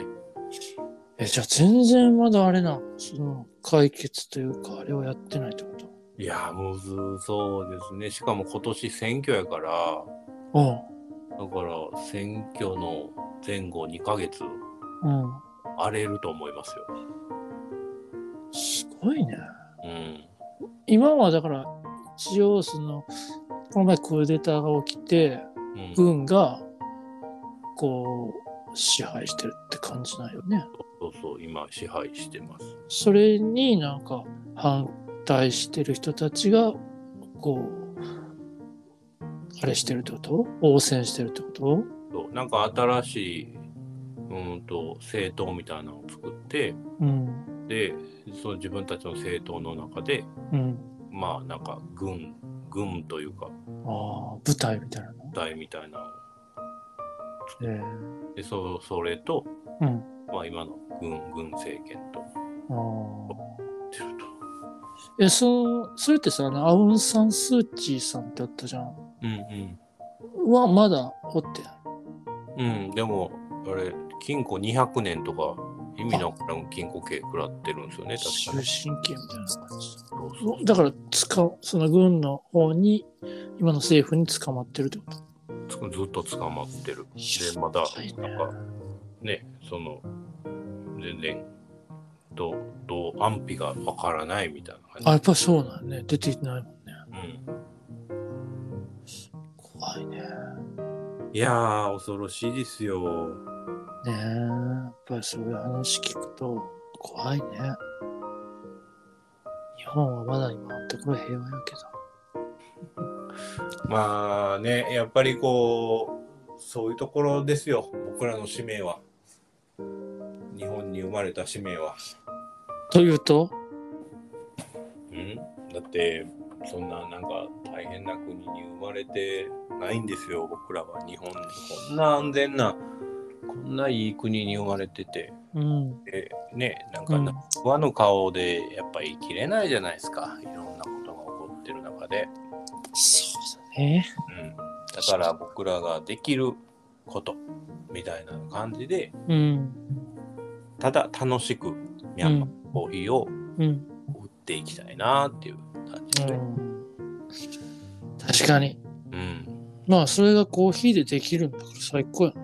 え
すよね。
え、じゃあ全然まだあれな、その解決というか、あれをやってないってこと
いや、むずそうですね。しかも今年選挙やから、
う
だから選挙の前後2ヶ月
ん。うん。
荒れると思いますよ。
すごいね。
うん。
今はだから、一応その、この前クーデターが起きて、
うん、そう
軍が、こう、支配してるって感じなんよね。
そうそう、今支配してます。
それになんか反対してる人たちが、こう、あれしてるってこと応戦してるってこと
そうなんか新しい、うんと、政党みたいなのを作って、
うん。
で、その自分たちの政党の中で、
うん。
まあなんか軍、軍というか、
ああ、舞台みたいなの。
大みたいなの
ええ
で、そそれと、
うん。
まあ今の軍、軍政権と、ってると。
え、その、それってさ、あの、アウン・サン・スー・チーさんってあったじゃん。
うんうん。
は、まだおってない。
うん、でも、あれ、禁錮200年とか、意味のわからん禁錮刑食らってるんですよね、
終
確かに。
身刑みたいな感じ
そうそう
だ。だから、使う、その軍の方に、今の政府に捕まってるってこと
つずっと捕まってる。で、また
深い、ね
なんか、ね、その、全然、どう、どう、安否がわからないみたいな
あ、や
感
っぱそうなんね。出ていないもんね。
じ。
怖いね。ね
うん。いやー、恐ろしいですよ。
え、やっぱりそういう話聞くと、怖いね。日本はまだ今のところ平和やけど。
まあね、やっぱりこう、そういうところですよ、僕らの使命は。日本に生まれた使命は。
というと、
うん、だってそんななんか大変な国に生まれてないんですよ僕らは日本にこんな安全なこんないい国に生まれてて
うん。
でねなん
う
か
ん
な、和の顔でやっぱ生きれないじゃないですかいろんなことが起こってる中で、
そうだね。
うん、だから僕らができることみたいな感じで、
うん。
ただ楽しくミャンマーのコーヒーを
うん。
売っていきたいなっていう感じですね。
確かに。
うん。
まあ、それがコーヒーでできるんだから最高やな。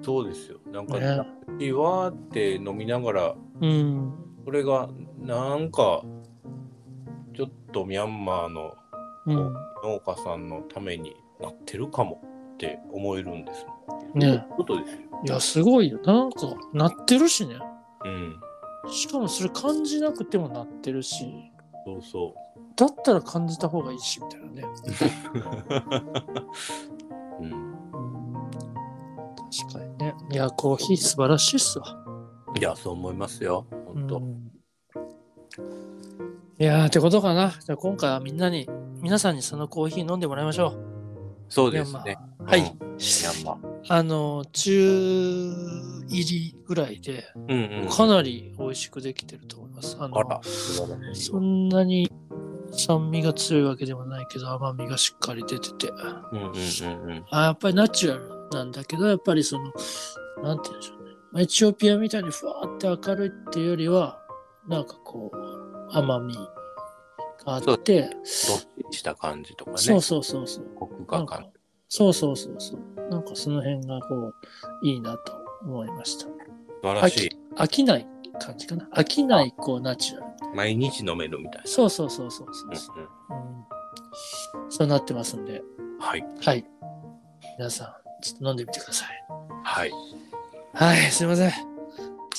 そうですよ。なんか、
ね
いいわーって飲みながら、
うん。
それがなんか、ちょっとミャンマーの
うん。
農家さんのためになってるかもって思えるんですもん。
ね
そういうことですよ。
いや、すごいよ。なんか、なってるしね。
うん。
しかもそれ感じなくてもなってるし、
そうそ
だったら感じた方がいいし、みたいなね。
う。うん。
確かにね。いや、コーヒー素晴らしいっすわ。
いや、そう思いますよ。本当。
うんいやー、ってことかな。じゃあ今回はみんなに、皆さんにそのコーヒー飲んでもらいましょう。
そうですね。
ミャンマーはい
うんミャンマー。
あの、中入りぐらいで、
うんうん。
かなり美味しくできてると思います。あの
あら、素晴らしい
そ。んなに酸味が強いわけでもないけど、甘みがしっかり出てて。
うんうんうんうん。
あやっぱりナチュラルなんだけどやっぱりそのなんて言うんでしょうねまあエチオピアみたいにふわーって明るいっていうよりはなんかこう甘みがあって
どっしりした感じとかね。
そうそうそうそう
コク
な
が
んか
感
そうそうそうそうなんかその辺がこういいなと思いました
素晴ら
飽
し
き飽きない感じかな飽きないこうナチュラル
い。毎日飲めるみたい
そうそうそうそうそう
な。
そう、
うんうん
うん、そうなってますんで
はい。
はい皆さんちょっと飲んでみてください
はい。
はい、すいません。ち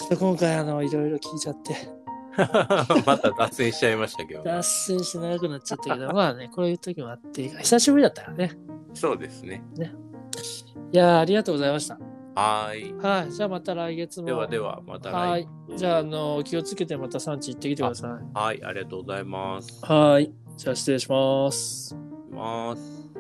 ょっと今回、あの、いろいろ聞いちゃって、
[LAUGHS] また脱線しちゃいましたけ
[LAUGHS]
ど。
脱線して長くなっちゃったけど、ま [LAUGHS] あね、こういう時もあって、久しぶりだったからね。
そうですね。
いやー、ありがとうございました。
はーい。
はい、じゃあまた来月も。
ではでは、また
は
来
い。じゃあ、あの、気をつけてまた産地行ってきてください。
はい、ありがとうございます。
はい。じゃあ、失礼します。
ます。